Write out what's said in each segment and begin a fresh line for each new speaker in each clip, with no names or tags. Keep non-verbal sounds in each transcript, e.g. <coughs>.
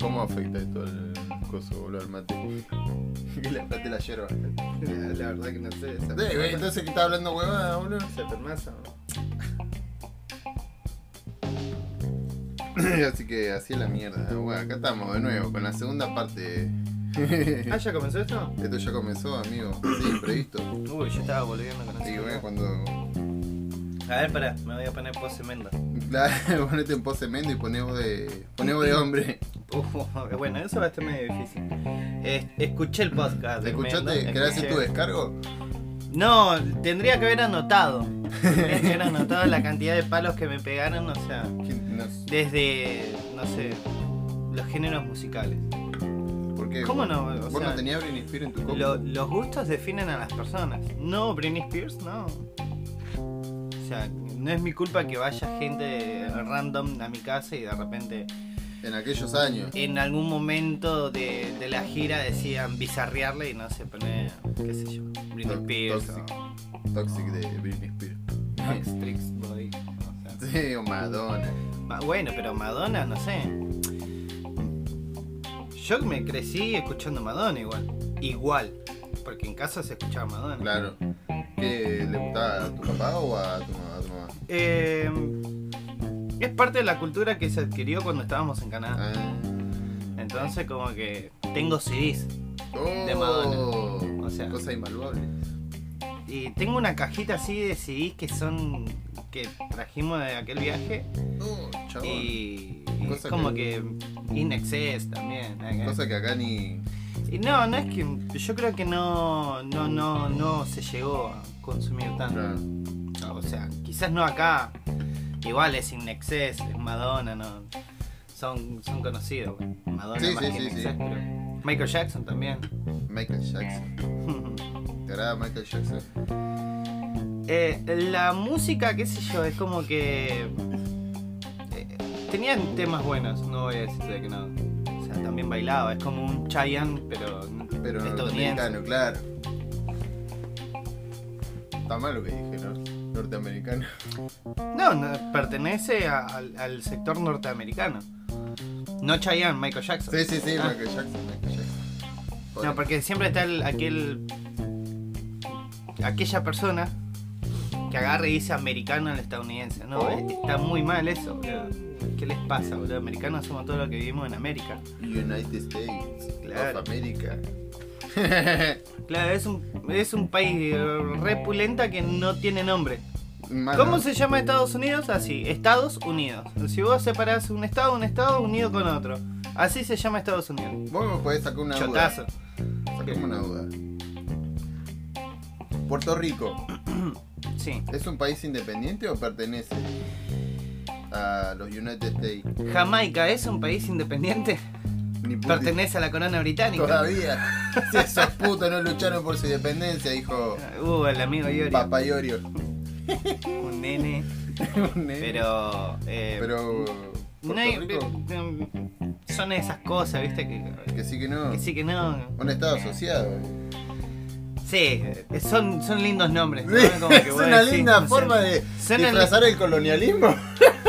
¿Cómo afecta esto al coso, boludo, al mate?
Que le aplaste <laughs> la hierba. La, la verdad que no sé. Esa
Sí, güey, entonces que está hablando huevada, boludo.
Se permasa.
<coughs> Así que así es la mierda, weón. Acá estamos de nuevo con la segunda
<laughs>
parte.
¿Ah, ya comenzó esto?
Esto ya comenzó, amigo. Sí, imprevisto.
Uy, yo estaba volviendo con
Sí, güey,
eso.
cuando.
A ver, pará, me voy a poner pose menda.
Claro, <laughs> ponete en pose mendo y poné voz de. poné voz de
<laughs>
hombre.
Uf, Uh, bueno, eso va a estar medio difícil. Eh, escuché el podcast.
¿Te
del Mendo,
escuchaste? ¿Querés hacer
escuché-
tu descargo?
No, tendría que haber anotado. Tendría que haber anotado la cantidad de palos que me pegaron, o sea,
¿Quién- no-
desde, no sé, los géneros musicales.
¿Por qué?
¿Cómo no? O
¿Vos
sea,
no tenías Britney Spears en tu copo?
Lo- los gustos definen a las personas. No, Britney Spears, no. O sea, no es mi culpa que vaya gente random a mi casa y de repente
En aquellos años.
en algún momento de, de la gira decían bizarrearle y no se pone, qué sé yo, Britney
To-
Spears
toxic.
o
Toxic de Britney Spears. <laughs>
Backstreet Boys, o sea.
Sí, o Madonna.
Ma- Bueno, pero Madonna, no sé. Yo me crecí escuchando Madonna igual. Igual. Porque en casa se escuchaba Madonna.
Claro. ¿Qué le gustaba a tu papá o a tu, ma- a tu mamá?
Eh, es parte de la cultura que se adquirió cuando estábamos en Canadá.
Ah.
Entonces como que tengo CDs.
Oh,
de Madonna. O sea.
Cosa invaluable.
Y tengo una cajita así de CDs que son... que trajimos de aquel viaje.
Oh, chabón.
Y... y es
Cosa
como
que-
que... In Excess también. acá.
Cosa que acá ni.
Y no, no es que... Yo creo que no, no, no, no se llegó a consumir tanto.
Claro.
O sea, quizás no acá. Igual es In Excess, es Madonna, no. Son, son conocidos, güey. Madonna
Sí,
más
sí,
que In
sí, sí.
Excess, pero. Michael Jackson también. <laughs>
Michael Jackson. ¿Te agrada Michael Jackson?
Eh, la música, qué sé yo, es como que. eh, Tenían temas buenos, no voy a decirte que no. O sea, también bailaba, es como un Chayanne, pero,
Pero
estadounidense.
norteamericano, claro. Está mal lo que dije, ¿no? Norteamericano. <laughs>
No, no, pertenece a- al, al sector norteamericano. No Chayanne, Michael Jackson.
Sí, sí, sí,
Ah.
Michael Jackson, Michael Jackson. Joder.
No, porque siempre está el- aquel. aquella persona que agarra y dice americano al estadounidense. No,
Oh.
eh, está muy mal eso, boludo. ¿Qué les pasa, boludo? Americanos somos todo lo que vivimos en América.
United States
Claro.
of
<laughs>
America.
Claro, es un, es un país eh, repulenta que no tiene nombre.
Mano,
¿Cómo se llama Estados Unidos? Así, Estados Unidos. Si vos separás un estado, un estado unido con otro. Así se llama Estados Unidos.
Vos me podés sacar una
Chotazo.
duda. Sacame una duda. Puerto Rico,
Sí.
¿es un país independiente o pertenece a los United States?
Jamaica es un país independiente.
Ni puta
Pertenece a la corona británica.
Todavía. Si esos putos no lucharon por su independencia, dijo
Uh, el amigo Yori,
Papayorio.
un nene, pero... eh,
<laughs> Pero.
no
Puerto
hay-
Rico,
eh, son esas cosas, viste, que,
que sí que no.
que sí que no...
Un estado asociado. eh.
Sí, eh, son, son lindos nombres. ¿no?
Sí,
Como
<laughs>
que
es
vos
una
decís,
linda
no sé,
forma de
suena
disfrazar el colonialismo.
<laughs>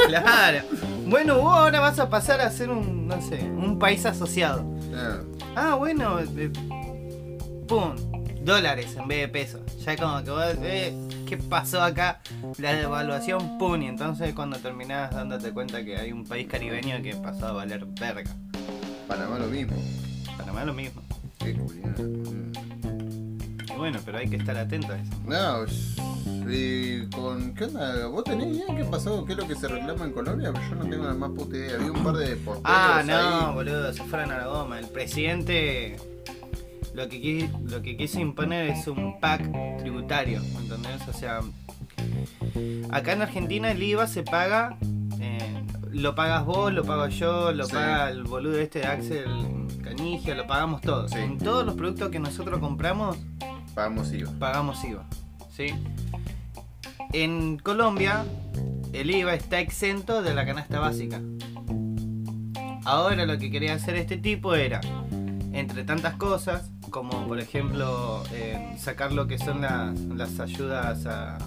Claro. Bueno, vos ahora vas a pasar a ser un, no sé, un país asociado. Ah, bueno, eh, pum, dólares en vez de pesos. Ya como que vos, eh, ¿qué pasó acá? La devaluación, pum, y entonces cuando terminás dándote cuenta que hay un país caribeño que pasó a valer verga.
Panamá lo mismo.
Para mí es lo mismo.
Qué culiado. Mm.
Y bueno, pero hay que estar atento a eso.
No, y con qué onda, vos tenés idea qué pasó, qué es lo que se reclama en Colombia, Pero yo no tengo la más puta idea, había un par de porteros
Ah, no,
ahí.
boludo, se fueron a la goma. El presidente lo que, qui- lo que quiso imponer es un pack tributario, ¿entendés? O sea, acá en Argentina el IVA se paga, eh, lo pagas vos, lo pago yo, lo
Sí.
paga el boludo este de Axel Canigia, lo pagamos todos.
Sí.
En todos los productos que nosotros compramos,
Pagamos IVA.
pagamos IVA. ¿sí? En Colombia, el IVA está exento de la canasta básica. Ahora lo que quería hacer este tipo era, entre tantas cosas, como por ejemplo eh, sacar lo que son las, las ayudas a, a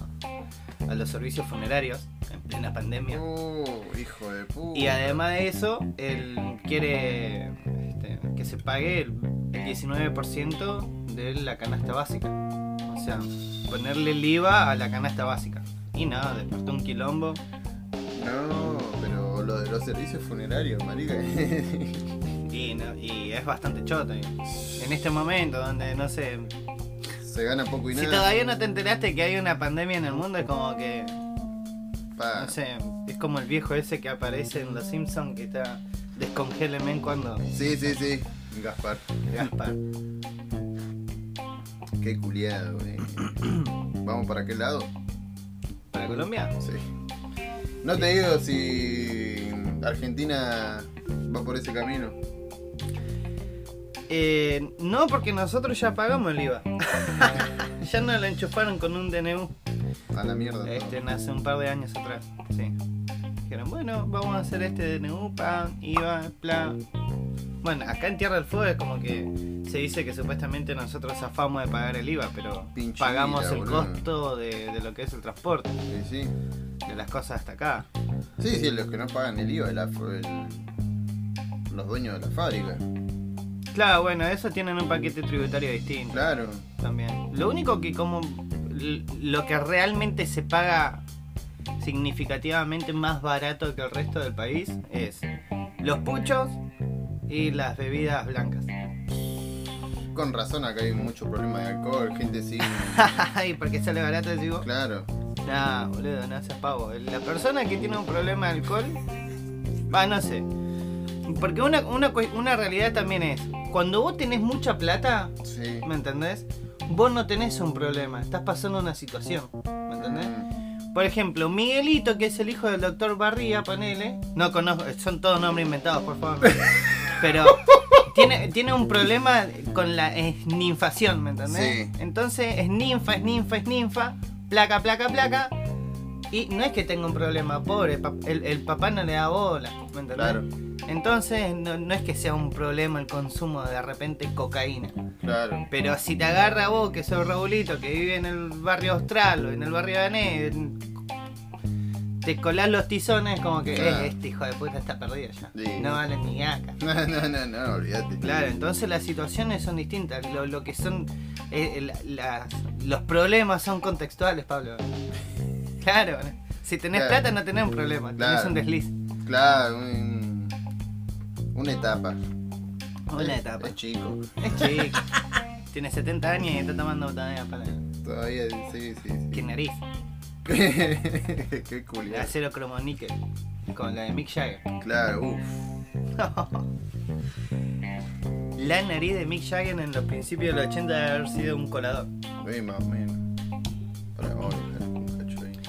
a los servicios funerarios en plena pandemia.
Oh, hijo de puta.
Y además de eso, él quiere este, que se pague el, el 19% de la canasta básica. O sea, ponerle el IVA a la canasta básica. Y nada, despertó un quilombo.
No, pero lo de los servicios funerarios, marica. <laughs>
Y, no- y es bastante choto. y En este momento donde, no sé,
Se gana poco y
si
nada.
todavía no te enteraste que hay una pandemia en el mundo, es como que,
Pa.
no sé, es como el viejo ese que aparece en Los Simpsons que está, descongéleme cuando
Sí, sí, sí. Gaspar.
Gaspar.
Qué culiado,
<clears throat>
eh. ¿Vamos para qué lado?
¿Para Colombia?
Sí. No te digo si Argentina va por ese camino.
Eh, no, porque nosotros ya pagamos el IVA. <laughs> ya nos lo enchufaron con un DNU
A la mierda. todo.
este, hace un par de años atrás. Sí. Dijeron, bueno, vamos a hacer este DNU, pan, IVA, plan. Bueno, acá en Tierra del Fuego es como que se dice que supuestamente nosotros zafamos de pagar el IVA, pero
Pinchita,
pagamos el
boludo.
costo de, de lo que es el transporte,
Sí, sí.
de las cosas hasta acá.
Sí, sí, los que no pagan el IVA, la- el- los dueños de la fábrica.
Claro, bueno, eso tienen un paquete tributario distinto.
Claro.
También. Lo único que como l- lo que realmente se paga significativamente más barato que el resto del país es los puchos y las bebidas blancas. <laughs>
Con razón acá hay mucho problema de alcohol, gente
<laughs>
sin.
y porque sale barato digo,
Claro.
nah, boludo, no seas pavo. La persona que tiene un problema de alcohol, va, no sé. Porque una, una, cue- una realidad también es, cuando vos tenés mucha plata,
Sí.
¿me entendés? Vos no tenés un problema, estás pasando una situación, ¿me entendés?
Mm,
Por ejemplo, Miguelito, que es el hijo del doctor Barría, ponele. No conozco, son todos nombres inventados,
<laughs>
por favor. Pero tiene, tiene un problema con la ninfación, ¿me entendés?
Sí.
Entonces es ninfa, es ninfa, es ninfa, placa, placa, placa. Y no es que tenga un problema, pobre, pa- el, el papá no le da bola, ¿me entendés?
Claro.
Entonces no, no es que sea un problema el consumo de, de repente cocaína.
Claro. <laughs>
Pero si te agarra vos, que sos Raulito, que vive en el barrio austral o en el barrio danés, en- te colás los tizones como que
Claro.
"Eh, este hijo de puta está perdido ya.
Sí.
No vale ni acá.
No, no, no, no, olvídate.
Claro, entonces las situaciones son distintas. Lo, lo que son. eh, eh, la- las- los problemas son contextuales, Pablo. <laughs> Claro, ¿no? si tenés
Claro.
plata no tenés un problema, tenés
Claro.
un desliz.
Claro, un- una etapa.
Una
Es-
etapa.
Es chico.
Es chico. Tiene 70 años y está tomando botanera para.
Todavía, sí, sí, sí. <laughs>
Qué nariz.
Qué
De
culiado.
acero cromoníquel. Con la de Mick Jagger.
Claro, uff.
La nariz de Mick Jagger en los principios de los 80 debe haber sido un colador.
más o menos. Para, vamos a dejar un cacho ahí.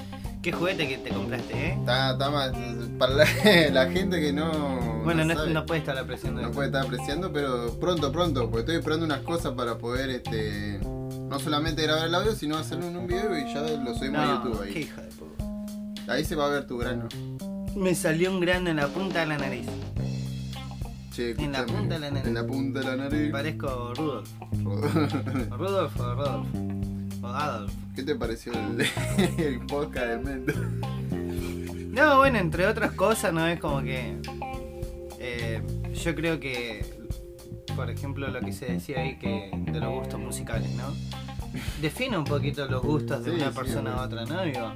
Qué juguete que te compraste, ¿eh?
Está, está más. Para la, <laughs> la gente que no.
Bueno, no,
sabe,
no puede estar la presión de
no puede estar apreciando, pero pronto, pronto, porque estoy esperando unas cosas para poder este. No solamente grabar el audio, sino hacerlo en un video y ya lo subimos a YouTube
qué
ahí.
hija de puta.
Ahí se va a ver tu grano.
Me salió un grano en la punta de la nariz.
Che,
En la
escuchame,
punta de la nariz.
En la punta de la nariz.
Parezco Rudolf. O Rudolf o Rodolf. O Adolf.
<laughs> ¿Qué te pareció el, <laughs> el podcast de Mendo? <laughs>
No, bueno, entre otras cosas, ¿no? Es como que. eh, yo creo que. Por ejemplo, lo que se decía ahí que de los gustos musicales, ¿no? Define un poquito los gustos de
Sí,
una
sí,
persona a
obvio.
otra, ¿no? Digo,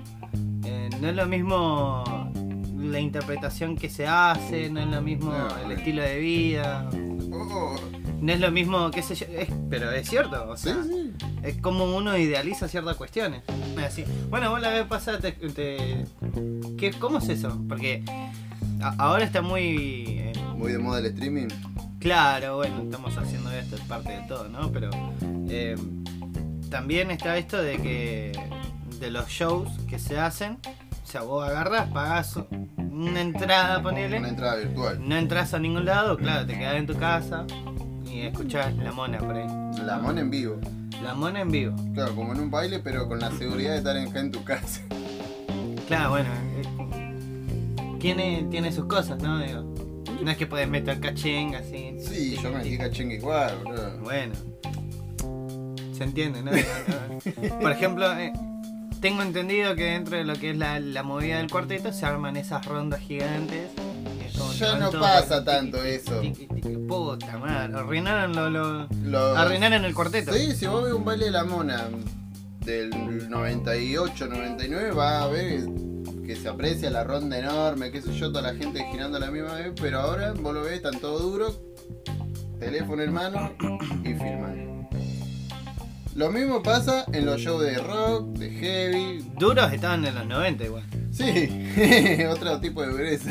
eh, no es lo mismo la interpretación que se hace, no es lo mismo
No,
el
obvio.
estilo de vida,
Oh,
no es lo mismo, qué sé yo. es- pero es cierto, o
sí,
sea.
sí.
Es como uno idealiza ciertas cuestiones. Es así. Bueno, vos la vez pasada te, te- ¿qué- ¿Cómo es eso? Porque a- ahora está muy... eh,
Muy de moda el streaming.
claro, bueno, estamos haciendo esto, es parte de todo, ¿no? Pero eh, también está esto de que de los shows que se hacen, o sea, vos agarras, pagás una entrada, ponele,
Una entrada virtual.
no entras a ningún lado, claro, te quedás en tu casa y escuchás la mona por ahí.
La mona en vivo.
La mona en vivo.
Claro, como en un baile, pero con la seguridad de estar en, en tu casa. <laughs>
Claro, bueno. eh, Tiene, tiene sus cosas, ¿no? Digo, no es que puedes meter caching así.
Sí,
tic,
yo me
tic.
dije chingue igual, bro.
Bueno. Se entiende, ¿no? Digo, no. Por ejemplo, eh, Tengo entendido que dentro de lo que es la, la movida del cuarteto se arman esas rondas gigantes. que es como que
Ya
van
no
todos
pasa
tiqui,
tanto
tiqui,
eso.
tiqui, tiqui. Puta madre, arruinaron, lo, lo-
Los-
arruinaron el cuarteto.
Sí, si vos ves un baile de la mona del 98, 99, va a ver que se aprecia la ronda enorme, qué sé yo, toda la gente girando a la misma vez, pero ahora vos lo ves, están todos duros, teléfono en mano y filman. Lo mismo pasa en los shows de rock, de heavy,
Duros estaban en los 90 igual.
sí, <laughs> otro tipo de dureza,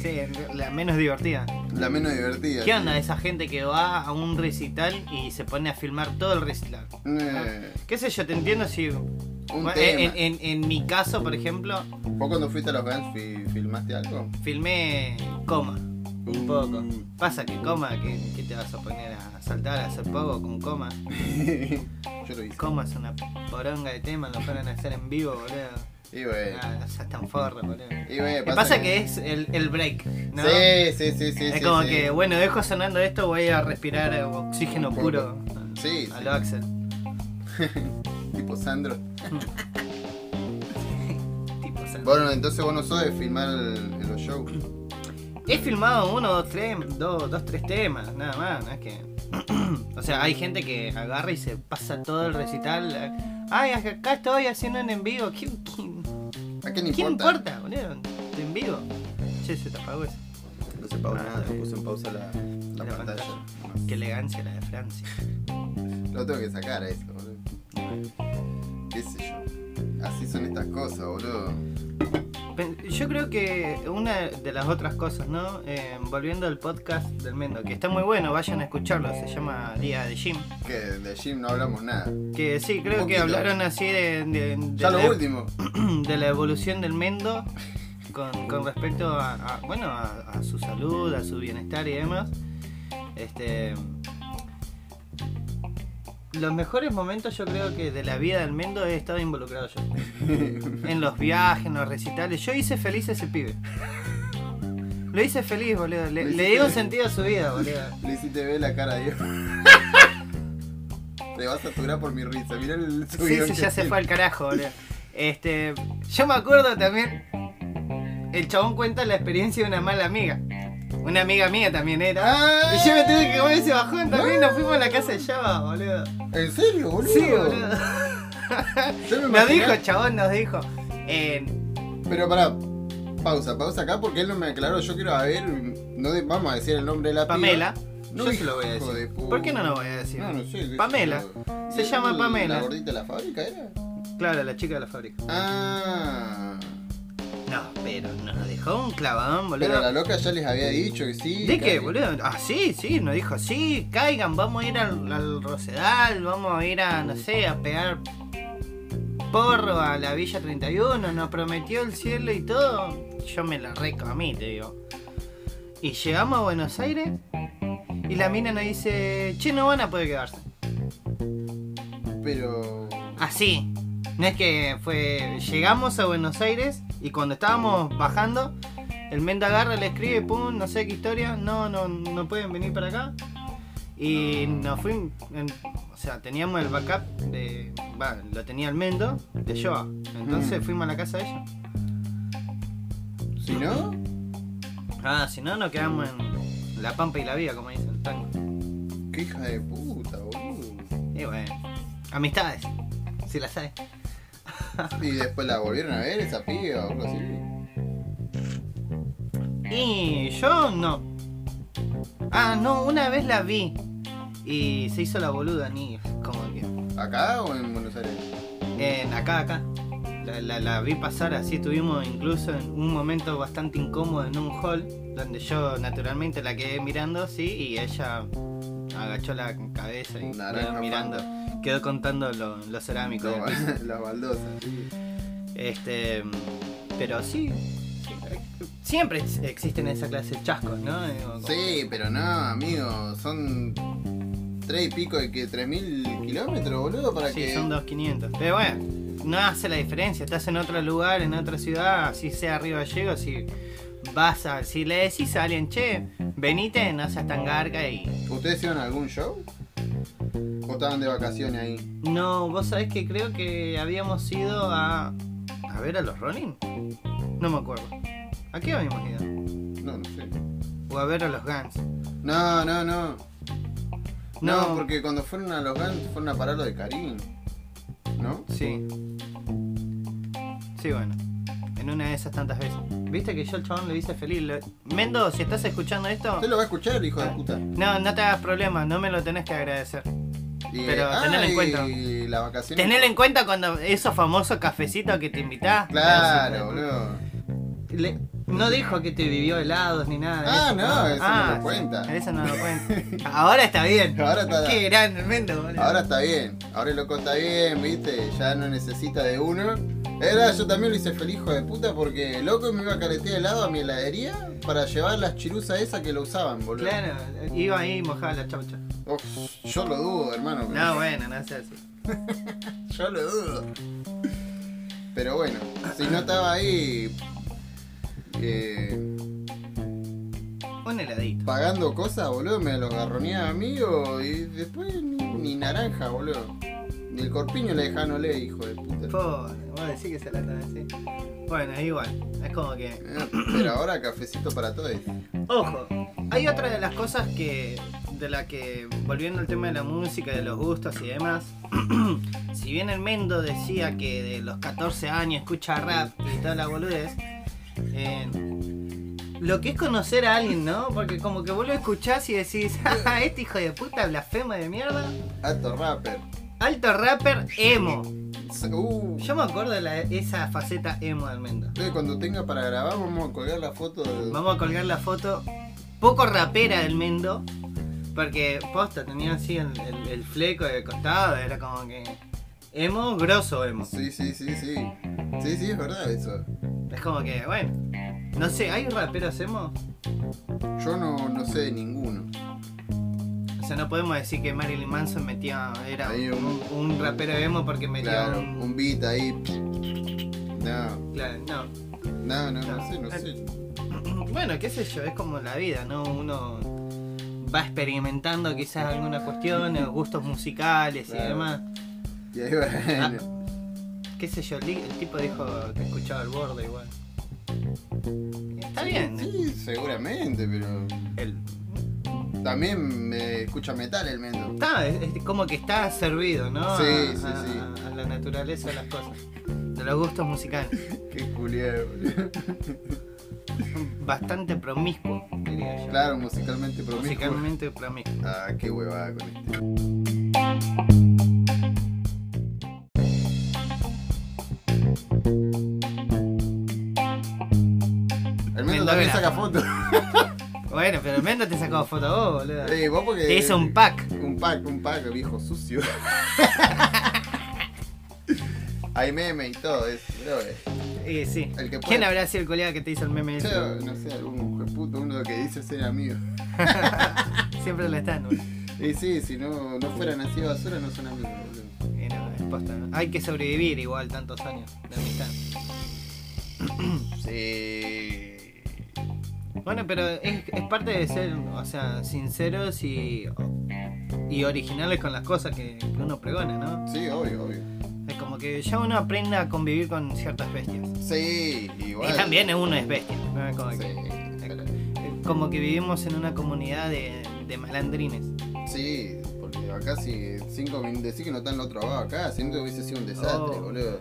Sí, la menos divertida.
la menos divertida.
¿Qué onda esa gente que va a un recital y se pone a filmar todo el recital?
Eh,
¿Qué sé yo? Te entiendo si.
un
Bueno, eh,
tema.
en, en- en mi caso, por ejemplo,
¿Vos cuando fuiste a los Guns fi- filmaste algo?
filmé coma. Un poco.
Mm. <laughs>
Pasa que coma, que, que te vas a poner a saltar, a hacer poco con coma.
Yo lo hice.
Coma es una poronga de tema, lo fueron a hacer en vivo, boludo.
Y bueno.
Ah, no seas tan forro, boludo. Lo
Y bueno,
que pasa que es el, el break, ¿no?
Sí, sí, sí, sí.
es
sí,
como
sí.
que, bueno, dejo sonando esto, voy a respirar eh, oxígeno puro a-
Sí,
a
sí.
lo Axel.
Tipo Sandro.
Tipo, o sea,
Bueno, entonces vos no sos de filmar el- en los shows.
He filmado uno, dos, tres, dos, dos, tres temas, nada más, no es que. <clears throat> o sea, hay gente que agarra y se pasa todo el recital. eh. Ay, acá estoy haciendo un en vivo. ¿Quién, quién,
¿A qué le
quién
importa?
importa, boludo? En vivo. Che, se te apagó eso.
No se pausa
Ah,
nada,
eh.
puse en pausa la, la
La
pantalla.
Qué elegancia la de Francia.
Lo tengo que sacar a eso, boludo. Qué sé yo. Así son estas cosas, boludo.
Pen- Yo creo que una de las otras cosas, ¿no? Eh, volviendo al podcast del Mendo, que está muy bueno, vayan a escucharlo, se llama Día de Jim.
Que de Jim no hablamos nada.
Que sí, creo que
poquito.
hablaron así de, de- de
Ya
la-
lo último.
<clears throat> de la evolución del Mendo con, con respecto a, a- bueno a, a su salud, a su bienestar y demás. Este los mejores momentos yo creo que de la vida del Mendo he estado
<laughs>
involucrado yo. En los viajes, en los recitales. Yo hice feliz a ese pibe. Lo hice feliz, boludo. Le,
Lo
le
hiciste
di un
feliz.
sentido a su vida, boludo.
Le hiciste ver la cara a
<laughs>
Dios. Te vas a aturar por mi risa. Mirá el
Sí,
subidón
sí,
que
ya se
tiene.
fue al carajo, boludo. Este, yo me acuerdo también, el chabón cuenta la experiencia de una mala amiga. Una amiga mía también era.
¡Ah!
Y yo me tuve que comer ese bajón también, nos fuimos a la casa de Java, boludo.
¿En serio, boludo?
Sí, boludo.
Yo me
Nos dijo,
imaginé-
chabón, nos dijo. eh,
Pero pará, pausa, pausa acá porque él no me aclaró. Yo quiero saber, no de- vamos a decir el nombre de la piba.
Pamela.
No,
yo se lo voy a
hijo
decir.
de puta.
¿Por qué no lo voy a decir?
No, no sé. qué
Pamela.
sé yo.
Se llama
¿La-
Pamela.
¿La gordita de la fábrica era?
Claro, la chica de la fábrica.
Ah.
No, pero nos dejó un clavadón, boludo.
Pero la loca ya les había dicho que sí.
¿De qué,
casi.
boludo? Ah, sí, sí, nos dijo, sí, caigan, vamos a ir al, al Rosedal, vamos a ir a, no sé, a pegar porro a la Villa 31, nos prometió el cielo y todo. Yo me la recomí, te digo. Y llegamos a Buenos Aires y la mina nos dice, che, no van a poder quedarse.
Pero.
Así. No es que fue. Llegamos a Buenos Aires y cuando estábamos bajando, el Menda agarra, le escribe, pum, no sé qué historia, no, no, no pueden venir para acá. Y nos fuimos. en- o sea, teníamos el backup de. Va, lo tenía el Mendo de Joa. Entonces
Mm.
fuimos a la casa de ella.
Si no,
Ah, si no, nos quedamos en la pampa y la vida, como dicen el tango.
qué hija de puta, boludo.
Y bueno, amistades, si las hay.
Y después la volvieron a ver esa piba o algo así.
Y yo no. Ah, no, una vez la vi. Y se hizo la boluda, ni como que.
¿Acá o en Buenos Aires?
en- acá, acá. La, la- la vi pasar así, estuvimos incluso en un momento bastante incómodo en un hall, donde yo naturalmente la quedé mirando, sí, y ella agachó la cabeza y
Naranja
quedó mirando, quedó contando lo, lo cerámico. del piso.
<laughs> Las la baldosas.
Este, pero sí, siempre ex- existen esa clase de chascos, ¿no? Eh, Digo, como-
Sí, pero no, amigo, son tres y pico de que tres mil kilómetros, boludo, para
Sí,
que.
son 2500. Pero bueno, no hace la diferencia. Estás en otro lugar, en otra ciudad, así sea arriba llego, si vas a. Si le decís a alguien, che, venite, no seas tan garga y.
¿Ustedes iban a algún show? ¿O estaban de vacaciones ahí?
No, vos sabés que creo que habíamos ido a. a ver a los Ronin. No me acuerdo. ¿A qué habíamos ido?
No, no sé.
O a ver a los Guns.
No, no, no. No,
No.
porque cuando fueron a los Guns fueron a parar lo de Karim. ¿No?
Sí. Sí, bueno. En una de esas tantas veces. Viste que yo al chabón le hice feliz. le- Mendo, si estás escuchando esto.
Usted lo va a escuchar, hijo de puta.
No, no te hagas problema, no me lo tenés que agradecer.
Y,
Pero
eh,
tenelo en
ah,
cuenta.
Y la vacación.
Tenelo en cuenta cuando esos famosos cafecitos que te invitás.
Claro, boludo.
Le- no dijo que te vivió helados ni nada. de
Ah,
eso.
no, eso no
Ah,
lo cuenta.
sí, Eso no lo
<laughs>
cuenta. Ahora está bien.
Ahora está-
Qué grande, Mendo, boludo.
Ahora está bien, ahora el loco está bien, viste, ya no necesita de uno. Era, yo también lo hice feliz, hijo de puta, porque el loco me iba a caretear helado a mi heladería para llevar las chiruzas esas que lo usaban, boludo.
Claro, iba ahí y mojaba la chaucha.
Uf, yo lo dudo, hermano. pero-
No, bueno, no sea así.
Yo lo dudo. Pero bueno, si no estaba ahí eh,
Un heladito.
pagando cosas, boludo, me los garroneaba a mí o- y después ni, ni naranja, boludo. Ni el corpiño le dejaban oler, hijo de puta.
Pobre, vos decís que se la están así. Bueno, es igual. Es como que.
Eh, Pero ahora cafecito para todos.
Ojo, hay otra de las cosas que. De la que, volviendo al tema de la música, de los gustos y demás, <clears throat> si bien el Mendo decía que de los 14 años escucha rap y toda la boludez, eh, lo que es conocer a alguien, ¿no? Porque como que vos lo escuchás y decís, <laughs> "Ah, este hijo de puta blasfema de mierda,
Alto rapper.
alto rapper emo.
Uh,
Yo me acuerdo de la- esa faceta emo del Mendo.
eh, cuando tenga para grabar vamos a colgar la foto de...
Vamos a colgar la foto poco rapera del Mendo. Porque posta, tenía así el, el- el fleco de costado, era como que. Emo, grosso emo.
Sí, sí, sí, sí. Sí, sí, es verdad eso.
Es como que, bueno. No sé, ¿hay raperos emo?
Yo no, no sé de ninguno.
O sea, no podemos decir que Marilyn Manson metía. Era
Ahí
un, un rapero emo porque metía
Claro,
un.
un beat ahí. No,
Claro, no. <clears throat>
no, no, no sé, no sé.
Bueno, qué sé yo, es como la vida, ¿no? Uno va experimentando quizás alguna cuestión, gustos musicales y
Claro.
demás.
Y ahí <laughs> bueno.
qué sé yo, el, di- el tipo dijo que escuchaba el borde igual. Ah, Está bien.
Sí, seguramente, pero...
El-
También me escucha metal el mendo.
está, es, es como que está servido, ¿no?
Sí,
a,
sí,
a-
sí.
a la naturaleza de las cosas. De los gustos musicales.
Qué culiado, boludo.
Bastante promiscuo, diría yo.
Claro, musicalmente promiscuo.
Musicalmente promiscuo.
Ah, qué huevada con este. El Mendo también
Mendógrafo.
saca
<laughs>
fotos.
Bueno, pero Mendo te sacó foto a vos, boludo.
Eh, vos porque.
Te hizo un pack.
Un pack, un pack, viejo
<laughs>
sucio. Hay meme y todo, es. bro, eh.
Y sí.
El que puede-
¿Quién habrá sido el colega que te hizo el meme ese?
Yo, no sé, algún puto, uno que dice ser amigo.
Siempre lo están, boludo.
Y sí, si no, no fueran así de basura, no son amigos, boludo.
Y no, es posta, ¿no? Hay que sobrevivir igual tantos años de amistad.
<coughs> Sí.
Bueno, pero es, es parte de ser, o sea, sinceros y, y originales con las cosas que, que uno pregona, ¿no?
Sí, obvio, obvio.
Es como que ya uno aprende a convivir con ciertas bestias.
Sí, igual.
Y también uno es bestia, ¿no? Es Como,
Sí,
que,
pero-
como que vivimos en una comunidad de, de malandrines.
sí, porque acá si cinco minutos decís que no están los trabajados acá, si no hubiese sido un desastre,
Oh.
boludo.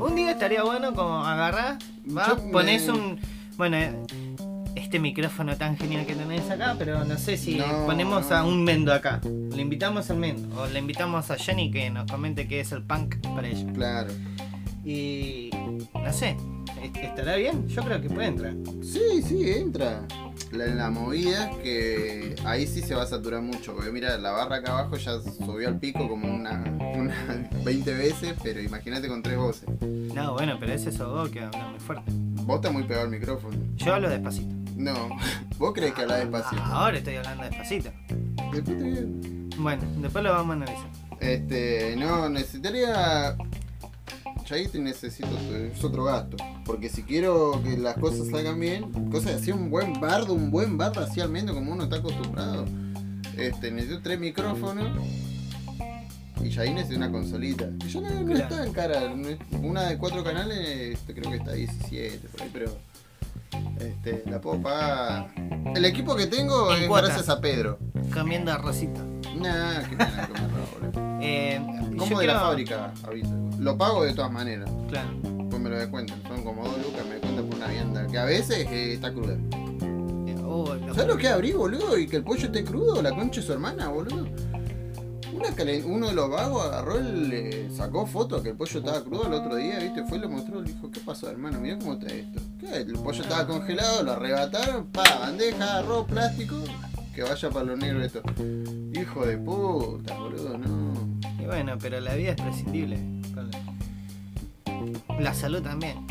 Un día estaría bueno como agarrás, vas,
Yo me-
pones un... Bueno, eh, este micrófono tan genial que tenés acá, pero no sé si
No,
ponemos
no.
a un Mendo acá. Le invitamos al Mendo, o le invitamos a Jenny que nos comente qué es el punk para ella.
Claro.
Y no sé, ¿est- ¿estará bien? Yo creo que puede entrar.
Sí, sí, entra. La, la movida es que ahí sí se va a saturar mucho, porque mira, la barra acá abajo ya subió al pico como unas una <laughs> 20 veces, pero imagínate con tres voces.
No, bueno, pero ese sos vos que habla muy fuerte.
Vos estás muy pegado al micrófono.
Yo hablo despacito. Ah,
No, <laughs> vos crees que hablas despacio.
Ahora estoy hablando despacito.
Después te viene.
Bueno, después lo vamos a analizar.
Este, no, necesitaría. Yo ahí te necesito es otro gasto. Porque si quiero que las cosas salgan bien, cosas así, un buen bardo, un buen bardo así al menos como uno está acostumbrado. Este, necesito tres micrófonos. Y Jaines es una consolita. Que ya no, no
Claro.
está en cara. no es- Una de cuatro canales este, creo que está a 17, por ahí, pero. Este, la puedo pagar. El equipo que tengo
En
es
cuotas.
gracias a Pedro.
Comiendo arrocito.
Nah, que nada, que me robo.
Eh,
Combo de
yo
la
quiero-
fábrica, aviso. Lo pago de todas maneras.
Claro.
Pues me lo descuentan. Son como dos lucas, me descuentan por una vianda. Que a veces eh, está cruda.
Eh, oh, lo-
¿Sabes lo que abrí, boludo? Y que el pollo esté crudo, la concha de su hermana, boludo. Una calen- uno de los vagos agarró, el, le sacó foto que el pollo estaba crudo el otro día, ¿viste? Fue y lo mostró, le dijo, ¿qué pasó, hermano? Mirá cómo está esto. ¿Qué? El pollo
Ah.
estaba congelado, lo arrebataron, pa, bandeja, arroz, plástico, que vaya para los negros esto. Hijo de puta, boludo, no.
Y bueno, pero la vida es prescindible. Con la- La salud también.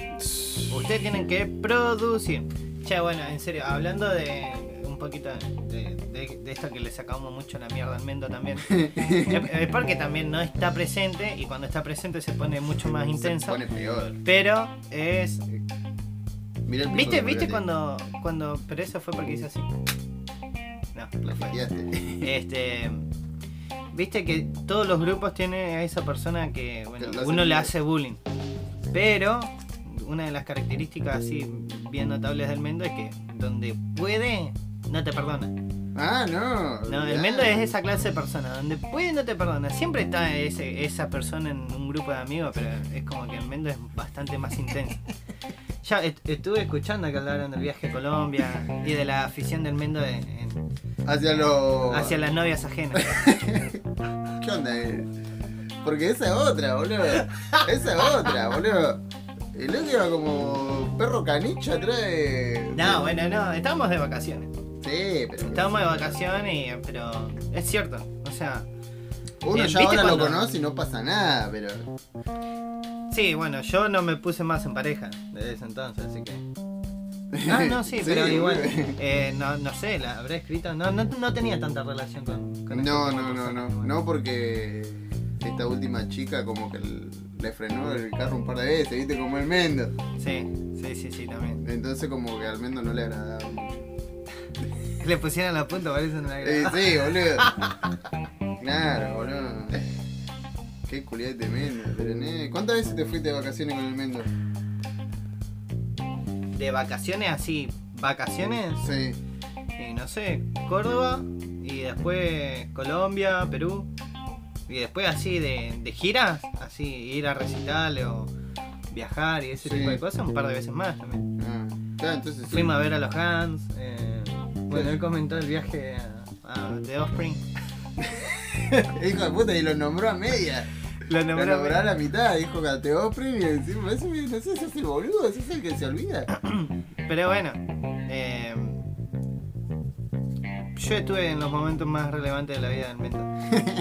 Ustedes tienen que producir. Che, bueno, en serio, hablando de un poquito de, de- de esto que le sacamos mucho la mierda al Mendo
<laughs>
también. el, el parque también no está presente y cuando está presente se pone mucho más intenso.
Se pone peor.
Pero es.
Mirá el pico
¿Viste,
que
viste
pegate.
cuando, cuando. Pero eso fue porque hice así. No,
La
no fue.
pateaste.
Este. Viste que todos los grupos tienen a esa persona que, bueno,
Que lo hace
uno le
bullying.
hace bullying. Pero una de las características así bien notables del Mendo es que donde puede, no te perdona.
<laughs> Ah, no.
No, el
mirá.
Mendo es esa clase de persona, donde puede no te perdona. Siempre está ese- esa persona en un grupo de amigos, pero es como que el Mendo es bastante más intenso. Ya est- estuve escuchando que hablaron del viaje a Colombia y de la afición del Mendo en- en-
Hacia los.
hacia las novias ajenas.
¿Qué onda? eh? Porque esa es otra, boludo. Esa es
<laughs>
otra, boludo. El otro iba como perro caniche atrás de.
No, bueno, no, estábamos de vacaciones.
Sí, pero.
Estábamos de vacaciones, y- pero es cierto. O sea,
Uno
Bien,
ya
¿viste
ahora lo
cuando-
conoce y no pasa nada, pero.
sí, bueno, yo no me puse más en pareja desde ese entonces, así que. Ah, <laughs>
<laughs>
no, sí, pero igual. eh, no, no sé, la habré escrito. No, no, no tenía tanta relación con. con este
No,
tipo
no,
de
no,
persona,
no.
bueno.
No, porque esta última chica como que l- le frenó el carro un par de veces, viste, como el Mendo.
Sí, sí, sí, sí, también.
Entonces como que al Mendo no le agradaba mucho.
<laughs> Le pusieron la punta, parece una
Eh,
grabada.
sí, boludo.
<laughs>
claro, boludo. Qué culiada de Mendo, pero ne- ¿Cuántas veces te fuiste de vacaciones con el Mendo?
De vacaciones así, vacaciones,
Sí.
y no sé, Córdoba, y después Colombia, Perú, y después así de, de giras, así ir a recitales o viajar y ese
Sí.
tipo de cosas, un par de veces más también.
Ah, claro, entonces sí.
Fuimos a ver a los Hans, eh, bueno, él comentó el viaje a, a The Offspring.
<laughs> Hijo de puta, y lo nombró a media. <laughs>
Lo
Lo
nombró-
nombró a la mitad, dijo que te y encima, eso, no sé, sos el boludo, ese es el que se olvida.
Pero bueno, eh, yo estuve en los momentos más relevantes de la vida del
<laughs>
Mendo.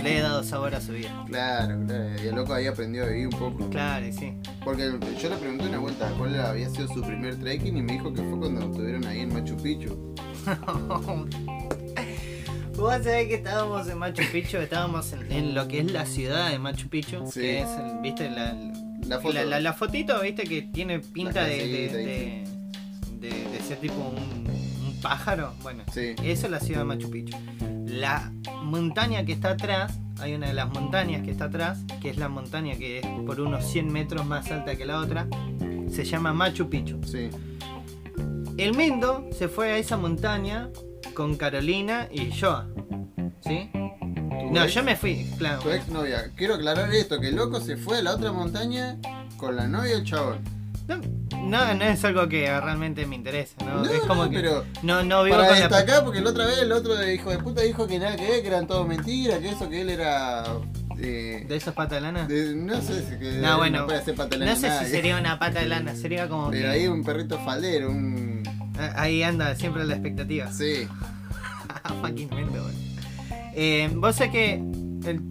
Le he dado sabor a su vida.
Claro, claro, y el loco ahí aprendió a vivir un poco.
Claro, y sí.
Porque yo le pregunté una vuelta cuál había sido su primer trekking y me dijo que fue cuando estuvieron ahí en Machu Picchu.
<laughs> Vos sabés que estábamos en Machu Picchu, estábamos en, en lo que es la ciudad de Machu Picchu,
Sí.
que es, el- viste, la,
La foto.
la- la- la fotito, viste, que tiene pinta de, de,
caserita ahí,
de- de- de ser tipo un, un pájaro. Bueno,
Sí.
eso es la ciudad de Machu Picchu. La montaña que está atrás, hay una de las montañas que está atrás, que es la montaña que es por unos 100 metros más alta que la otra, se llama Machu Picchu.
Sí.
El Mendo se fue a esa montaña con Carolina y yo. ¿Sí? No, yo me fui, claro.
Tu ex novia. Quiero aclarar esto, que el loco se fue a la otra montaña con la novia del chabón.
No, no, no es algo que realmente me interesa, ¿no?
No,
es como
no,
que.
pero
No, no vivo
para
con la.
destacar, porque la otra vez el otro hijo de puta dijo que nada que ver, que eran todo mentiras, que eso, que él era... eh,
¿De esos patas de lana?
de- no sé si que
No, bueno.
puede hacer patalán
No
a
sé si
nadie.
sería una pata de lana, sería como.
<laughs>
que-
Pero ahí un perrito faldero, un...
Ah, Ahí anda siempre la expectativa. <laughs> Ah,
Sí,
Fucking Mendo, boludo. Eh, Vos sé que. el-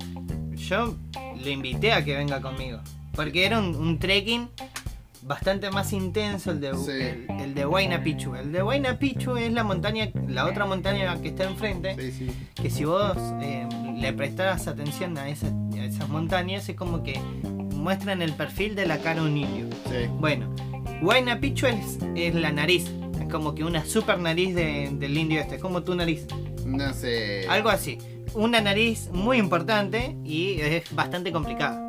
Yo lo invité a que venga conmigo. Porque era un, un trekking bastante más intenso el de,
Sí.
el, el de Huayna Picchu. El de Huayna Picchu es la montaña, la otra montaña que está enfrente.
sí, sí.
Que si vos eh, le prestás atención a, esa- a esas montañas, es como que muestran el perfil de la cara de un indio.
sí.
Bueno, Huayna Picchu es, es la nariz. Es como que una super nariz de- del indio este. Es como tu nariz.
No sé.
Algo así. una nariz muy importante y es bastante complicado.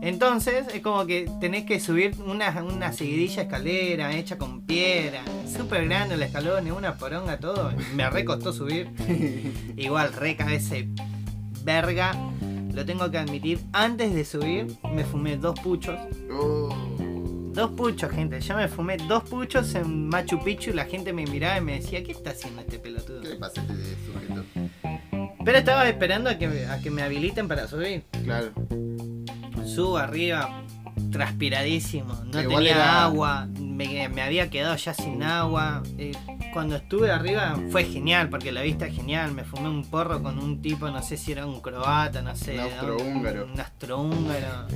Entonces es como que tenés que subir una, una seguidilla escalera hecha con piedra, súper grande los escalones, una poronga, todo. Me recostó subir. Igual, re cabeza de verga. Lo tengo que admitir, antes de subir me fumé dos puchos.
Uh,
Dos puchos, gente. Yo me fumé dos puchos en Machu Picchu y la gente me miraba y me decía, ¿qué está haciendo este pelotudo?
¿Qué le pasa a este sujeto?
Pero estaba esperando a que, a que me habiliten para subir.
Claro. <laughs>
Subo arriba, transpiradísimo. No
Igual
tenía
era-
agua, me, me había quedado ya sin agua. Eh, cuando estuve arriba fue genial, porque la vista es genial. Me fumé un porro con un tipo, no sé si era un croata, no sé.
Un
de dónde,
austrohúngaro.
Un astrohúngaro.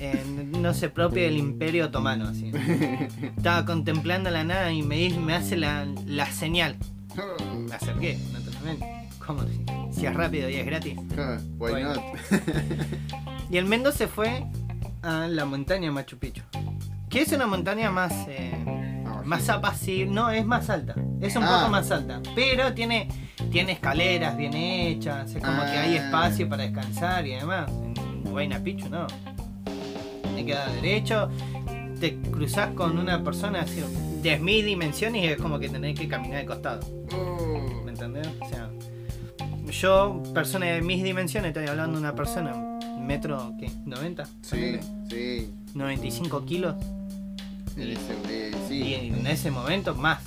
Eh, no sé, propio del imperio
<laughs>
otomano, así. Estaba contemplando la nada y me, dice- me hace la, la señal. Me acerqué, naturalmente. ¿Cómo? Si es rápido y es gratis.
Why
Bueno.
not?
Y el Mendo se fue a la montaña de Machu Picchu. Que es una montaña más. eh, más apacible. No, es más alta. Es un
Ah.
poco más alta. Pero tiene, tiene escaleras bien hechas. Es como que hay
Ah.
espacio para descansar y demás. En Huayna Picchu no. Te queda derecho. Te cruzas con una persona así, de mil dimensiones y es como que tenés que caminar de costado.
Uh.
¿Me entendés? O sea, yo, persona de mis dimensiones, estoy hablando de una persona, metro, ¿qué? ¿90?
Sí, sí.
95 kilos.
En ese, eh,
Y
sí.
en ese momento, más.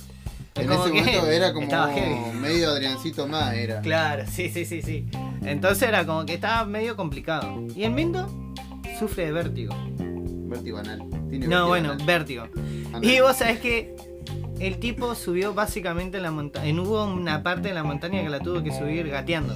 Es
En
como
ese
que
momento era
Estaba heavy.
como medio Adriancito más, era.
Claro, sí, sí, sí, sí. Entonces era como que estaba medio complicado. Y el Mendo sufre de vértigo.
Vértigo anal. Tiene vértigo
No, bueno,
anal.
vértigo.
Anal.
Y vos sabés que el tipo subió básicamente la montaña. Hubo una parte de la montaña que la tuvo que subir gateando.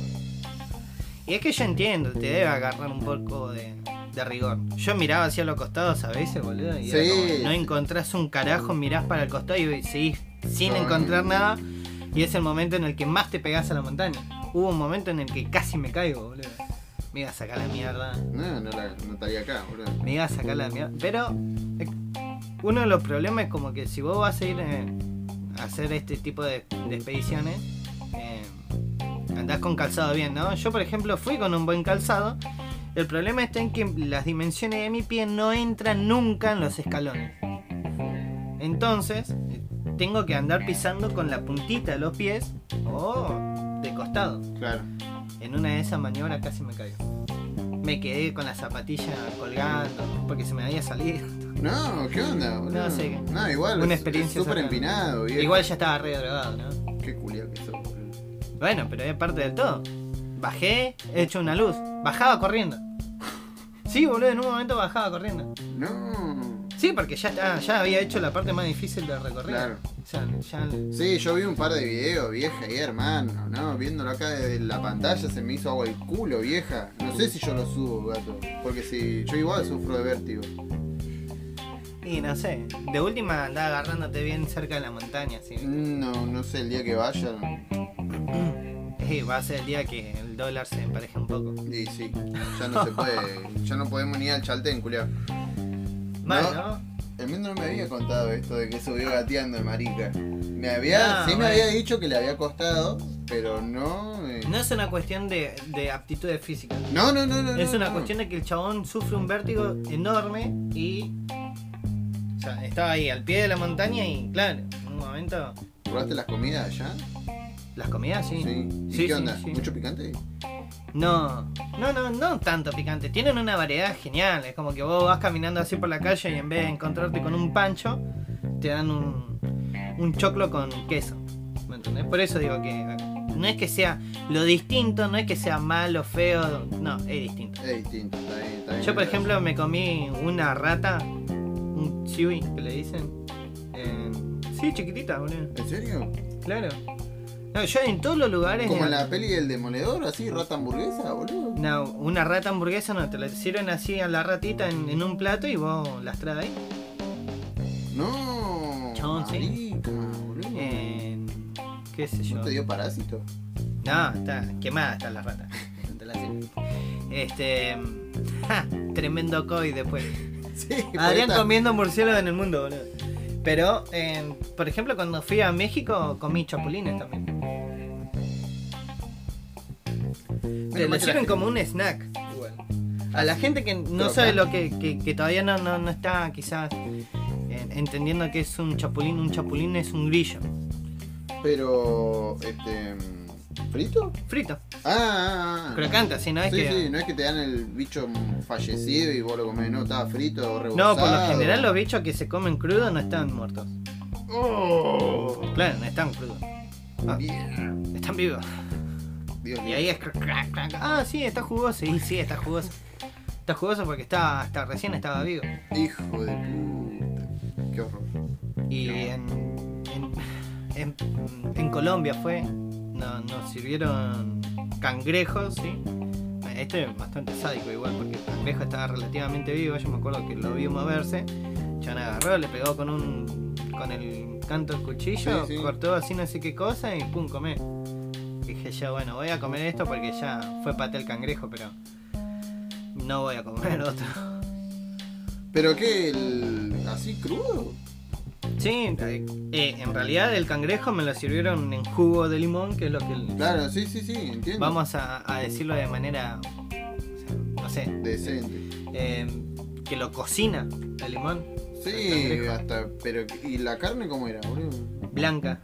Y es que yo entiendo, te debe agarrar un poco de, de rigor. Yo miraba hacia los costados a veces, boludo, y era
Sí.
como, no encontrás un carajo, mirás para el costado y seguís sin
Ay.
encontrar nada. Y es el momento en el que más te pegás a la montaña. Hubo un momento en el que casi me caigo, boludo. Me iba a sacar la mierda
No, no, la- no estaría acá, boludo.
me iba a sacar la mierda. Pero eh, uno de los problemas es como que si vos vas a ir eh, a hacer este tipo de, de expediciones, eh, andás con calzado bien, ¿no? Yo, por ejemplo, fui con un buen calzado. El problema está en que las dimensiones de mi pie no entran nunca en los escalones. Entonces, eh, tengo que andar pisando con la puntita de los pies o de costado.
Claro.
En una de esas maniobras casi me cayó. Me quedé con la zapatilla colgando porque se me había salido.
No, ¿qué onda, boludo?
No sé.
No, igual.
Una
es-
experiencia
es Súper
sacada.
empinado, viejo.
Igual ya estaba re drogado, ¿no?
Qué culiao que sos, boludo.
Bueno, pero es parte del todo. Bajé, he hecho una luz. Bajaba corriendo. Sí, boludo, en un momento bajaba corriendo.
No.
Sí, porque ya, estaba- ya había hecho la parte más difícil del recorrido.
Claro.
O sea, ya.
Sí, yo vi un par de videos, vieja y hermano, ¿no? Viéndolo acá desde la pantalla se me hizo agua el culo, vieja. No sé si yo lo subo, gato. Porque si yo igual sufro de vértigo.
Y no sé. De última andaba agarrándote bien cerca de la montaña, así.
Mm, No, no sé, el día que vaya.
Sí, va a ser el día que el dólar se empareje un poco.
Y sí, ya no se puede. Ya no podemos ni ir al chaltén, culiao.
Mal,
No.
¿no?
El Mendo no me había contado esto de que subió gateando de marica. Me había,
No,
sí me
bueno.
había dicho que le había costado, pero no. eh,
No es una cuestión de, de aptitudes físicas.
No, no, no, no.
Es
no,
una
no.
cuestión de que el chabón sufre un vértigo enorme y. O sea, estaba ahí al pie de la montaña y, claro, en un momento.
¿Probaste las comidas allá?
Las comidas, sí.
¿Y
Sí, sí,
qué onda?
sí.
¿Mucho picante?
No, no, no, no tanto picante. Tienen una variedad genial. Es como que vos vas caminando así por la calle y en vez de encontrarte con un pancho, te dan un, un choclo con queso. ¿Me entendés? Por eso digo que no es que sea lo distinto, no es que sea malo, feo. No, es distinto.
Es distinto, está bien, está bien.
Yo, por ejemplo, me comí una rata, un chiwi, que le dicen. Eh, sí, chiquitita, boludo.
¿En serio?
Claro. No, yo en todos los lugares.
Como
eh,
en la peli del demoledor, así, rata hamburguesa, boludo.
no, una rata hamburguesa no, te la sirven así a la ratita en, en un plato y vos las traes ahí.
No.
Chabón, sí.
marica, boludo.
Eh, ¿Qué sé yo?
¿No te dio parásito?
No, está quemada está la rata. No te la sirven. Este. <laughs> ja, tremendo COVID después.
Sí,
Adrián
poeta.
comiendo murciélago en el mundo, boludo. Pero, eh, por ejemplo, cuando fui a México comí chapulines también. Te lo
más que la
sirven
gente- Ah,
como un snack.
Igual.
A la gente que no
Troca.
sabe lo que, que, que todavía no, no, no está quizás eh, entendiendo que es un chapulín, un chapulín es un grillo.
Pero, este. mm, ¿Frito?
Frito,
Ah, ah, ah.
crocante, así no es
sí,
que.
sí, no es que te dan el bicho fallecido y vos lo comés, no, estaba frito o rebozado.
No, por lo general los bichos que se comen crudos no están muertos.
¡Oh!
Claro, no están crudos. Ah,
Bien.
están vivos.
Dios
Y
mío.
ahí es crac, crac, crac. Ah, sí, está jugoso. Y sí, está jugoso. Está jugoso porque está, hasta recién estaba vivo.
Hijo de puta. Qué horror.
Y en, en, en, en Colombia fue. No, nos sirvieron cangrejos, sí. Bueno, Este es bastante sádico igual, porque el cangrejo estaba relativamente vivo. Yo me acuerdo que lo vi moverse. Chan agarró, le pegó con un con el canto del cuchillo,
Sí, sí.
cortó así no sé qué cosa y pum, comé. Dije yo, bueno, voy a comer esto porque ya fue paté el cangrejo, pero no voy a comer otro.
¿Pero qué? El... ¿Así crudo?
Sí, eh, eh, en realidad el cangrejo me lo sirvieron en jugo de limón, que es lo que el-
Claro, sí, sí, sí, entiendo.
vamos a, a decirlo de manera, o sea, no sé,
Decente.
eh, que lo cocina el limón,
Sí,
Cangrejo.
hasta. Pero, ¿y la carne cómo era, boludo?
blanca,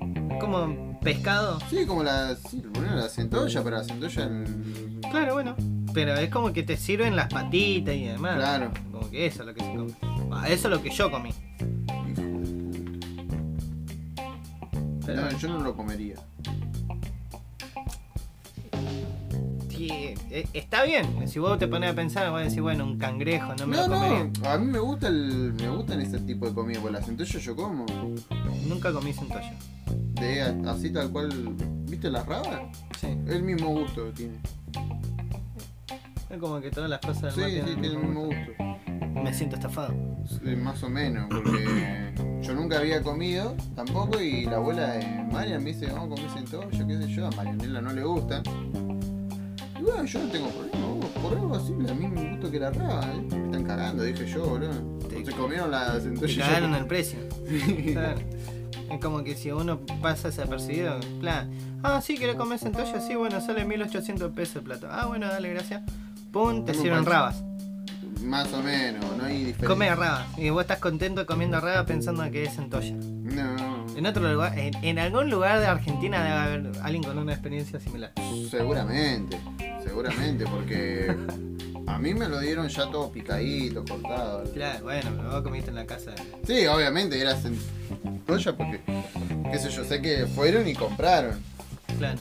como pescado.
Sí, como la. Sí, bueno, la centolla, pero la centolla. en-
Claro, bueno, pero es como que te sirven las patitas y demás.
Claro.
Como que eso es lo que se come. Ah, eso es lo que yo comí.
Hijo de puta.
Pero-
No, yo no lo comería.
Sí, eh, está bien, si vos te pones a pensar, vas a decir, bueno, un cangrejo, no me
No,
lo comería.
no, a mí me gusta el, me gustan ese tipo de comida, pues la centolla yo como.
Nunca comí centollo.
De a- así tal cual, ¿viste las rabas?
Sí.
El mismo gusto tiene.
Es como que todas las cosas
Sí,
del mar
sí,
tienen el
tiene el
mismo
mismo gusto.
gusto. Me siento estafado.
Sí, más o menos, porque yo nunca había comido tampoco y la abuela de Marian me dice, vamos a comer centolla, qué sé yo, a Marianela no le gusta. Y bueno, yo no tengo problema, vos, por algo así, a mí me gusta que la raba, ¿eh? Me están cagando, dije yo, boludo.
Te-
Se comieron la
Te
centolla. y yo-
cagaron el precio. Claro. Es como que si uno pasa desapercibido, en plan, ah, sí, quiero comer centollo, sí, bueno, sale 1800 pesos el plato. Ah, bueno, dale, gracias. Pum, te
Como
sirven
parece.
rabas.
<laughs> Más o menos, no hay diferencia.
Come rabas. Y vos estás contento comiendo rabas pensando que es centolla.
No,
En otro lugar, en, en algún lugar de Argentina debe haber alguien con una experiencia similar.
seguramente, seguramente, porque a mí me lo dieron ya todo picadito, cortado.
Claro, bueno, pero vos comiste en la casa.
Sí, obviamente, era centolla porque, qué sé yo, sé que fueron y compraron.
Claro.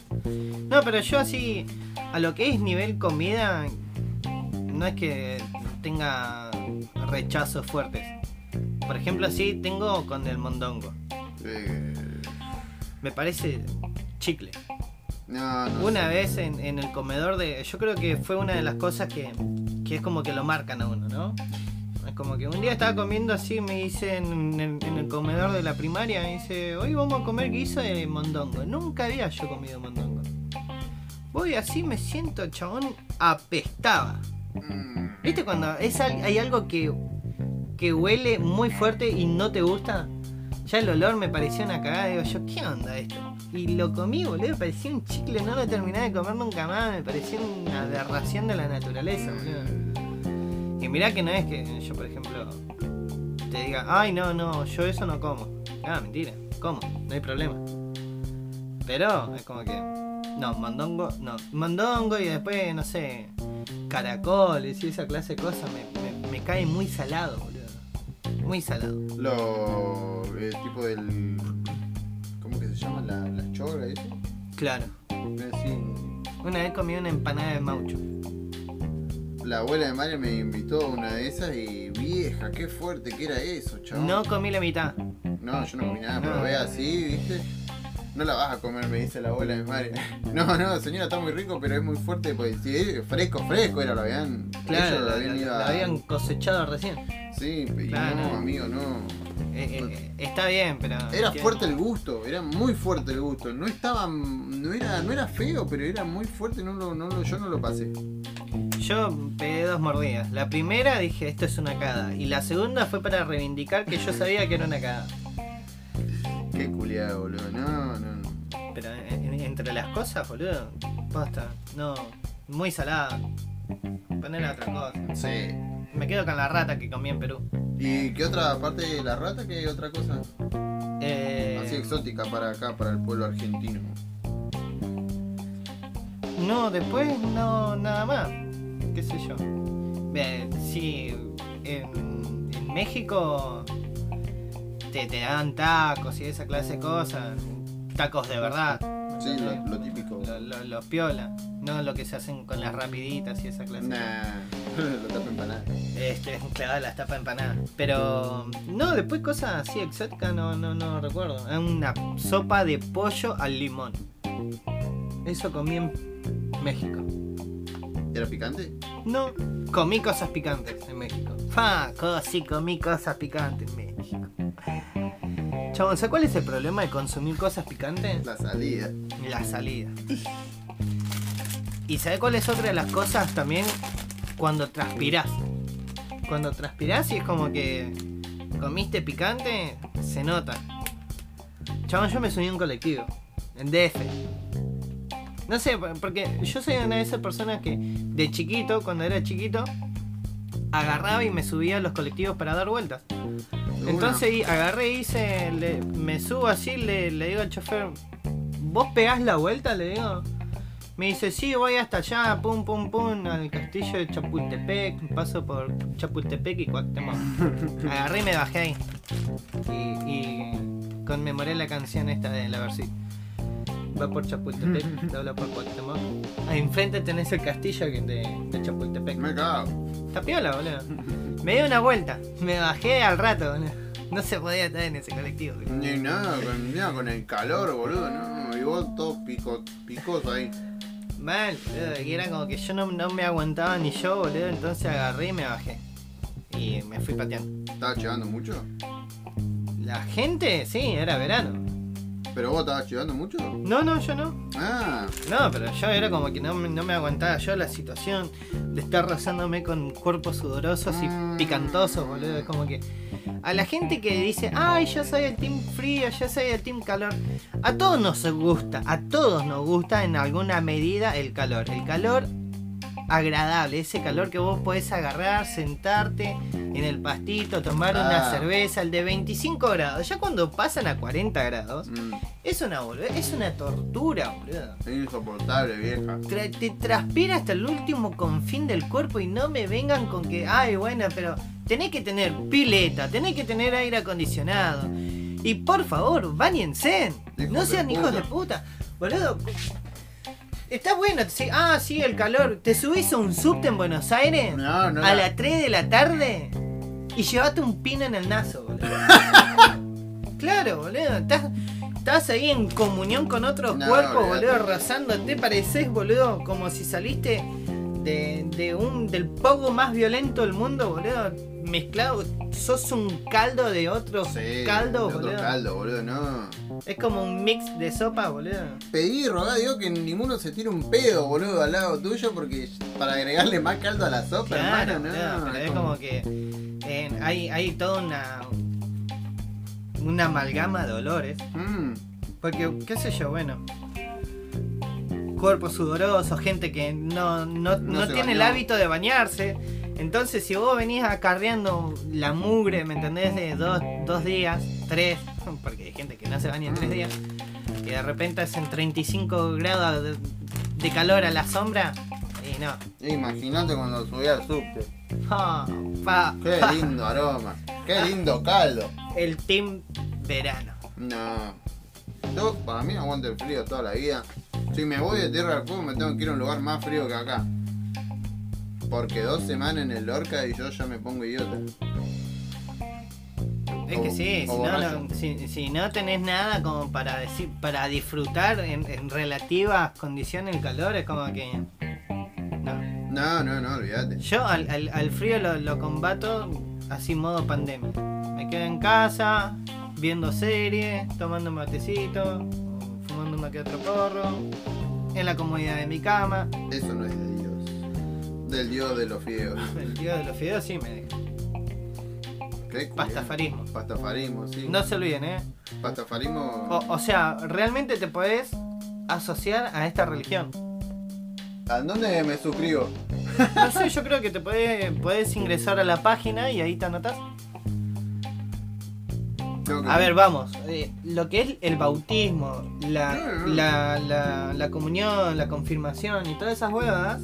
No, pero yo así, a lo que es nivel comida, no es que tenga rechazos fuertes. Por ejemplo, sí tengo con el mondongo.
Eh,
Me parece chicle.
no, no.
Una
sé.
vez en, en el comedor de... Yo creo que fue una de las cosas que, que es como que lo marcan a uno, ¿no? Es como que un día estaba comiendo así, me dice en, en- en el comedor de la primaria, me dice, hoy vamos a comer guiso de mondongo. Nunca había yo comido mondongo. Voy así, me siento, chabón, apestaba.
Mm,
¿Viste cuando es al- hay algo que, que huele muy fuerte y no te gusta? Ya el olor me pareció una cagada, digo yo, ¿qué onda esto? Y lo comí, boludo, parecía un chicle, no lo terminé de comer nunca más, me parecía una aberración de la naturaleza, boludo. Y mirá que no es que yo, por ejemplo, te diga, ay, no, no, yo eso no como. Ah, mentira, como, no hay problema. Pero es como que, no, mandongo, no, mandongo y después, no sé, caracoles y esa clase de cosas me, me, me cae muy salado, boludo. Muy salado.
Lo. El tipo del. ¿Cómo que se llama? La, la chorra, ¿eso?
Claro.
Eh, sí.
Una vez comí una empanada de maucho.
La abuela de Mario me invitó a una de esas y vieja, qué fuerte que era eso, chaval.
No comí la mitad.
No, yo no comí nada,
No.
pero ve así, ¿viste? No la vas a comer, me dice la abuela de madre. <laughs> No, no, señora, está muy rico, pero es muy fuerte. Pues, sí, fresco, fresco, era, lo habían.
Claro,
ellos lo
la,
habían
la-
ido
la
a-
habían cosechado recién.
Sí, y
Claro.
no, amigo, no.
Eh, eh, está bien, pero.
Era
entiendo.
fuerte el gusto, era muy fuerte el gusto. No estaba. No era, no era feo, pero era muy fuerte, no lo, no lo, yo no lo pasé.
Yo pegué dos mordidas. La primera dije, esto es una cada. Y la segunda fue para reivindicar que yo sabía que era una cada.
Qué culiado, boludo. No, no, no.
Pero eh, en- entre las cosas, boludo, Basta, no. Muy salada. Poner otra cosa.
Sí.
Me quedo con la rata que comí en Perú.
¿Y qué otra, aparte de la rata, qué otra cosa?
Eh,
Así exótica para acá, para el pueblo argentino.
No, después no, nada más. ¿Qué sé yo? Eh, sí, en, en México te, te dan tacos y esa clase de cosas. Tacos de verdad.
Sí, lo, lo típico.
Lo- lo- los piola. No lo que se hacen con las rapiditas y esa clase. de cosas.
Nah, <laughs> lo tapa empanada.
Este, <laughs> claro, las tapas empanadas. Pero no, después cosas así exóticas no, no, no recuerdo. Ah, Una sopa de pollo al limón. Eso comí en México.
¿Era picante?
No, comí cosas picantes en México. Fa, co- sí, comí cosas picantes en México. Chabón, ¿sabes cuál es el problema de consumir cosas picantes?
La salida.
La salida. ¿Y sabes cuál es otra de las cosas también? Cuando transpirás. Cuando transpirás y es como que comiste picante, se nota. Chabón, yo me subí a un colectivo. En DF. No sé, por- porque yo soy una de esas personas que de chiquito, cuando era chiquito, agarraba y me subía a los colectivos para dar vueltas.
Seguro.
Entonces y- agarré y hice, le- me subo así, le, le digo al chofer, ¿vos pegás la vuelta? Le digo. Me dice, sí, voy hasta allá, pum, pum, pum, al castillo de Chapultepec, paso por Chapultepec y Cuauhtémoc. Agarré y me bajé ahí. Y, y conmemoré la canción esta de la versión. Va por Chapultepec, dobla por Cuauhtémoc. Ahí enfrente tenés el castillo que- de, de Chapultepec.
Me cago.
Está piola, boludo. Me di una vuelta. Me bajé al rato, boludo. No se podía estar en ese colectivo. boludo.
Ni nada, con, mira, con el calor, boludo, no. Y vos todo pico, picoso ahí.
Mal, boludo. Y era como que yo no, no me aguantaba ni yo, boludo. Entonces agarré y me bajé. Y me fui pateando.
¿Estabas chivando mucho?
La gente, sí, era verano.
¿Pero vos estabas chivando mucho?
No, no, yo no.
Ah,
No, pero yo era como que no, me- no me aguantaba yo la situación de estar rozándome con cuerpos sudorosos y picantosos, boludo. Es como que. A la gente que dice, ay, yo soy el team frío, yo soy el team calor. A todos nos gusta, a todos nos gusta en alguna medida el calor. El calor agradable, ese calor que vos podés agarrar, sentarte en el pastito, tomar una
Ah.
cerveza, el de 25 grados. Ya cuando pasan a 40 grados,
mm,
es una, boludo, es una tortura, boludo.
es insoportable, vieja.
Tra- te transpira hasta el último confín del cuerpo y no me vengan con que, ay, bueno, pero tenés que tener pileta, tenés que tener aire acondicionado. Y por favor, bañense.
Hijos
no
de
sean hijos
puta.
de puta. Boludo, cu- está bueno. sí, ah, sí, el calor. ¿Te subís a un subte en Buenos Aires
No, no.
a las 3 de la tarde y llevate un pino en el nazo,
<laughs>
boludo? claro, boludo. Estás, estás ahí en comunión con otros
No,
cuerpos,
olvidate.
boludo, rozándote. Pareces, boludo, como si saliste de, de un, del poco más violento del mundo, boludo. Mezclado, sos un caldo de otros
Sí,
caldos,
de otro
boludo.
caldo, boludo, no.
Es como un mix de sopa, boludo.
Pedí, rogá a Dios que ninguno se tire un pedo, boludo, al lado tuyo, porque para agregarle más caldo a la sopa,
Claro,
hermano,
claro,
no.
pero es como que eh, hay, hay toda una una amalgama de olores.
Mm,
Porque, qué sé yo, bueno. Cuerpo sudoroso, gente que no,
No
no, no
se
tiene el
bañó.
hábito de bañarse. Entonces, si vos venís acarreando la mugre, ¿me entendés? De dos, dos días, tres, <laughs> porque hay gente que no se baña en tres
Mm.
días, que de repente hacen 35 grados de, de calor a la sombra, y no. <laughs>
Imagínate cuando subí al subte.
Ah, pa,
Qué
pa.
lindo aroma. Qué lindo caldo.
El team verano.
No. Yo, para mí, aguanto el frío toda la vida. Si me voy de Tierra del Fuego, me tengo que ir a un lugar más frío que acá. Porque dos semanas en el Lorca y yo ya me pongo idiota.
Es
O-
que sí,
o
si no,
borracho.
no- si, si no tenés nada como para decir, para disfrutar en, en relativas condiciones el calor, es como que. No.
No, no, no, olvídate.
Yo al, al- al frío lo, lo combato así modo pandemia. Me quedo en casa, viendo series, tomando matecito, fumando uno que otro porro, en la comodidad de mi cama.
Eso no es de Dios. Del Dios de los fideos.
El tío de los fideos sí me deja.
¿Qué culiao?
Pastafarismo.
Pastafarismo, sí.
No Oh. se olviden, eh.
Pastafarismo.
O, o sea, realmente te podés asociar a esta religión.
¿A dónde me suscribo?
No sé, yo creo que te podés, podés ingresar a la página y ahí te anotás.
Creo que-
A ver, vamos. eh, lo que es el bautismo, la,
Mm.
la, la, la comunión, la confirmación y todas esas huevadas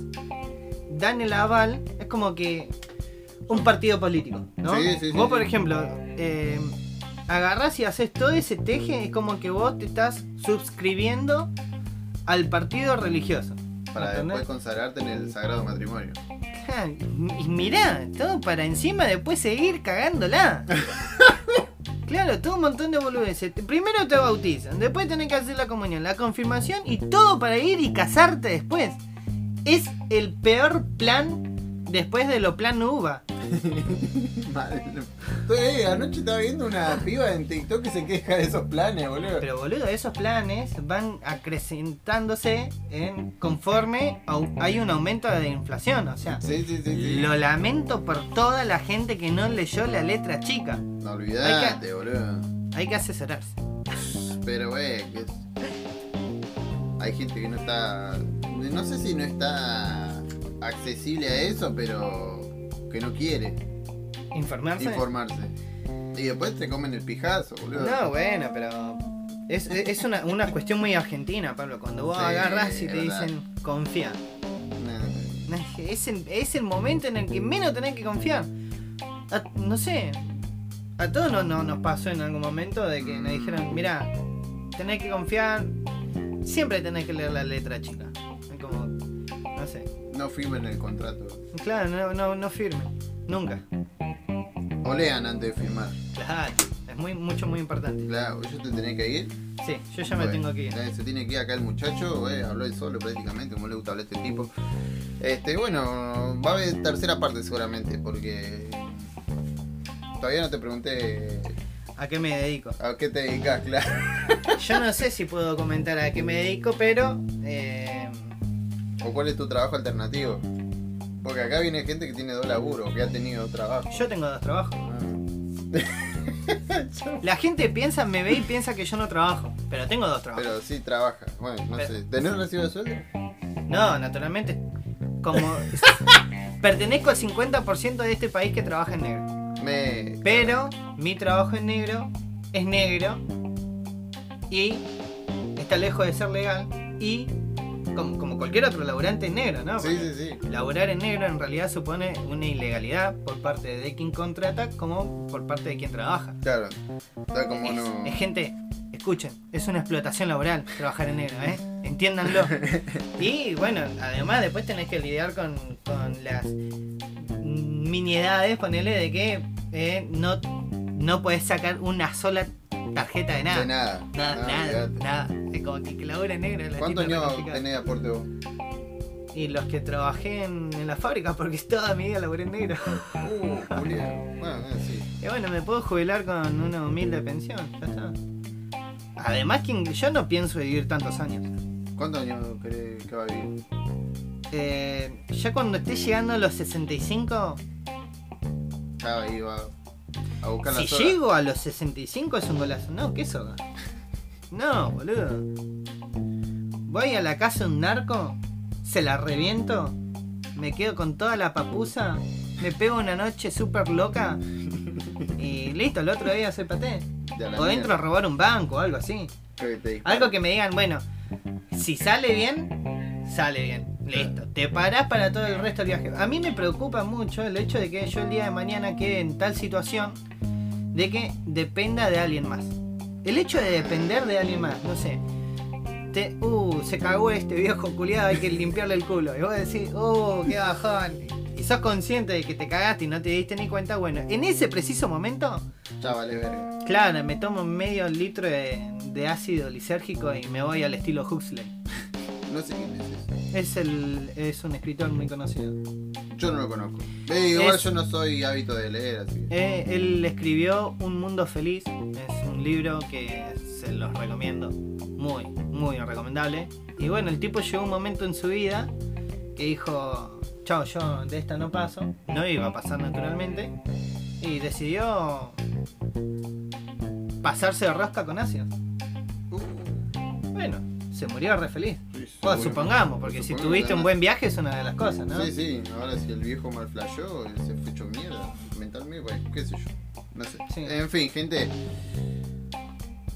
dan el aval. Es como que un partido político, ¿no?
Sí, sí, sí,
vos, por
sí.
ejemplo, eh, agarrás y haces todo ese teje, es como que vos te estás suscribiendo al partido religioso.
Para
¿entendés?
después consagrarte en el sagrado matrimonio. <laughs>
Ja, Y mirá, todo para encima después seguir cagándola. claro, todo un montón de boludeces. Te- Primero te bautizan, después tenés que hacer la comunión, la confirmación y todo para ir y casarte después. Es el peor plan después de lo plan uva.
Madre. Estoy ahí, anoche estaba viendo una piba en TikTok que se queja de esos planes, boludo.
Pero boludo, esos planes van acrecentándose en, conforme a un- hay un aumento de inflación. O sea,
Sí, sí, sí. sí.
lo lamento por toda la gente que no leyó la letra chica.
No olvidate, boludo.
Hay que asesorarse.
Pero, wey, que es- hay gente que no está. No sé si no está accesible a eso, pero que no quiere
¿Informarse?
informarse. Y después te comen el pijazo, boludo.
No, bueno, pero. Es, es una, una cuestión muy argentina, Pablo. Cuando vos
Sí,
agarras y
es
te
verdad.
dicen confía.
Nah.
Es el, es el momento en el que menos tenés que confiar. A- no sé. A todos no, no, nos pasó en algún momento de que nos dijeron, mirá, tenés que confiar. Siempre tenés que leer la letra chica. Es Como, no sé.
No firmen el contrato.
Claro, no, no, no firme. Nunca.
O lean antes de firmar.
Claro. Es muy, mucho, muy importante.
Claro, yo te tenés que ir.
Sí, yo ya me
Bueno,
tengo que ir.
eh, Se tiene que ir acá el muchacho, eh, habló él solo prácticamente, como le gusta hablar a este tipo. Este, bueno, va a haber tercera parte seguramente, porque todavía no te pregunté
¿A qué me dedico?
a qué te dedicas, <laughs> claro.
Yo no sé si puedo comentar a qué me dedico, pero eh,
O cuál es tu trabajo alternativo. Porque acá viene gente que tiene dos laburos, que ha tenido dos trabajos.
yo tengo dos trabajos.
Ah,
La gente piensa, me ve y piensa que yo no trabajo, pero tengo dos trabajos.
Pero sí trabaja. Bueno, no
Pero-
sé. ¿Tenés un recibo de sueldo?
No, naturalmente. Como pertenezco al 50% de este país que trabaja en negro.
Me.
Pero mi trabajo en negro es negro y está lejos de ser legal y como, como cualquier otro laburante es negro, ¿no?
Sí, sí, sí.
Laborar en negro en realidad supone una ilegalidad por parte de quien contrata como por parte de quien trabaja.
Claro. Está como
Es,
no.
es gente, escuchen, es una explotación laboral trabajar en negro, ¿eh?
<laughs>
Entiéndanlo. y bueno, además después tenés que lidiar con, con las miniedades, ponele, de que eh, no, no podés sacar una sola tarjeta de nada.
De nada.
Nada,
Ah,
nada,
olvidate.
nada. Es como que labura en negro. la
¿Cuántos
gente
años
reconfigurada.
tenés de aporte vos?
Y los que trabajé en, en la fábrica, porque toda mi vida laburé en negro.
Uh, Julián. Bueno, eh, sí.
Y bueno, me puedo jubilar con una humilde pensión, ya está. Además, que yo no pienso vivir tantos años.
¿Cuántos años crees que va a vivir?
Eh, ya cuando esté llegando a los 65,
Ah, ahí va a buscar
si
la soga.
llego a los 65 es un golazo. No, ¿qué soga? No, boludo. Voy a la casa de un narco, se la reviento, me quedo con toda la papusa, me pego una noche súper loca y listo, el otro día soy paté.
De la
O entro
mierda.
a robar un banco o algo así.
Creo que te disparo.
Algo que me digan, bueno, si sale bien, sale bien. Listo. Te parás para todo el resto del viaje. A mí me preocupa mucho el hecho de que yo el día de mañana quede en tal situación de que dependa de alguien más. El hecho de depender de alguien más, no sé. Te, uh, se cagó este viejo culiado, hay que limpiarle el culo. Y vos decís, uh, qué bajón. Y sos consciente de que te cagaste y no te diste ni cuenta. Bueno, en ese preciso momento,
Ya vale verga.
Claro, me tomo medio litro de, de ácido lisérgico y me voy al estilo Huxley.
No sé quién es ese.
Es, el, es un escritor muy conocido.
Yo no lo conozco. Eh, igual
Es-
yo no soy hábito de leer, así que.
Eh, él escribió Un Mundo Feliz, es un libro que se los recomiendo, muy, muy recomendable. Y bueno, el tipo llegó un momento en su vida que dijo, chao, yo de esta no paso, no iba a pasar naturalmente, y decidió pasarse de rosca con ácido.
Uh,
Bueno, se murió re feliz.
sí.
Bueno,
seguro.
pues supongamos, porque si
Supongamos,
tuviste un
además.
buen viaje es una de las cosas, ¿no?
Sí, sí, ahora si el viejo mal flasheó, él se fue hecho mierda. Mentalmente, bueno, qué sé yo. No sé.
Sí.
En fin, gente.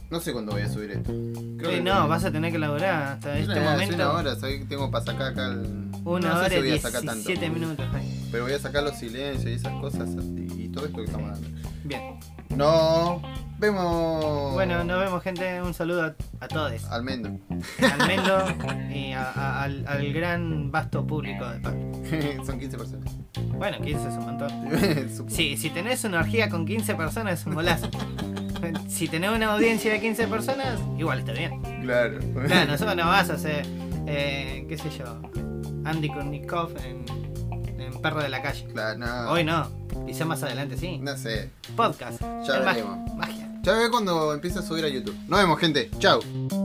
No sé cuándo voy a subir esto. Creo
Sí,
que-
no, vas a tener que laburar hasta
Mira,
este
hace
momento.
Una hora, ¿sabés que tengo para sacar acá el.
una
no sé
hora
si
y
voy a sacar tanto.
17 minutos. ¿eh? ahí.
Pero voy a sacar los silencios y esas cosas y, y todo esto que estamos hablando.
Bien.
No, vemos.
Bueno, nos vemos, gente. Un saludo a, a todos.
Almendro.
Al Mendo y a- a- al, al gran vasto público de Pablo.
Ah, <laughs> Son 15 personas. <laughs>
Bueno, 15 es un montón.
Sup-
Sí, si tenés una orgía con 15 personas es un golazo. <laughs> si tenés una audiencia de 15 personas, igual está bien.
Claro.
Claro, nosotros no vas a hacer, eh, qué sé yo, Andy Kornikov en, en Perro de la Calle.
Claro, no.
Hoy no, quizá más adelante sí.
No sé.
Podcast.
Ya
Es magia.
veremos.
magia.
Ya ve cuando empiece a subir a YouTube. Nos vemos, gente. Chau.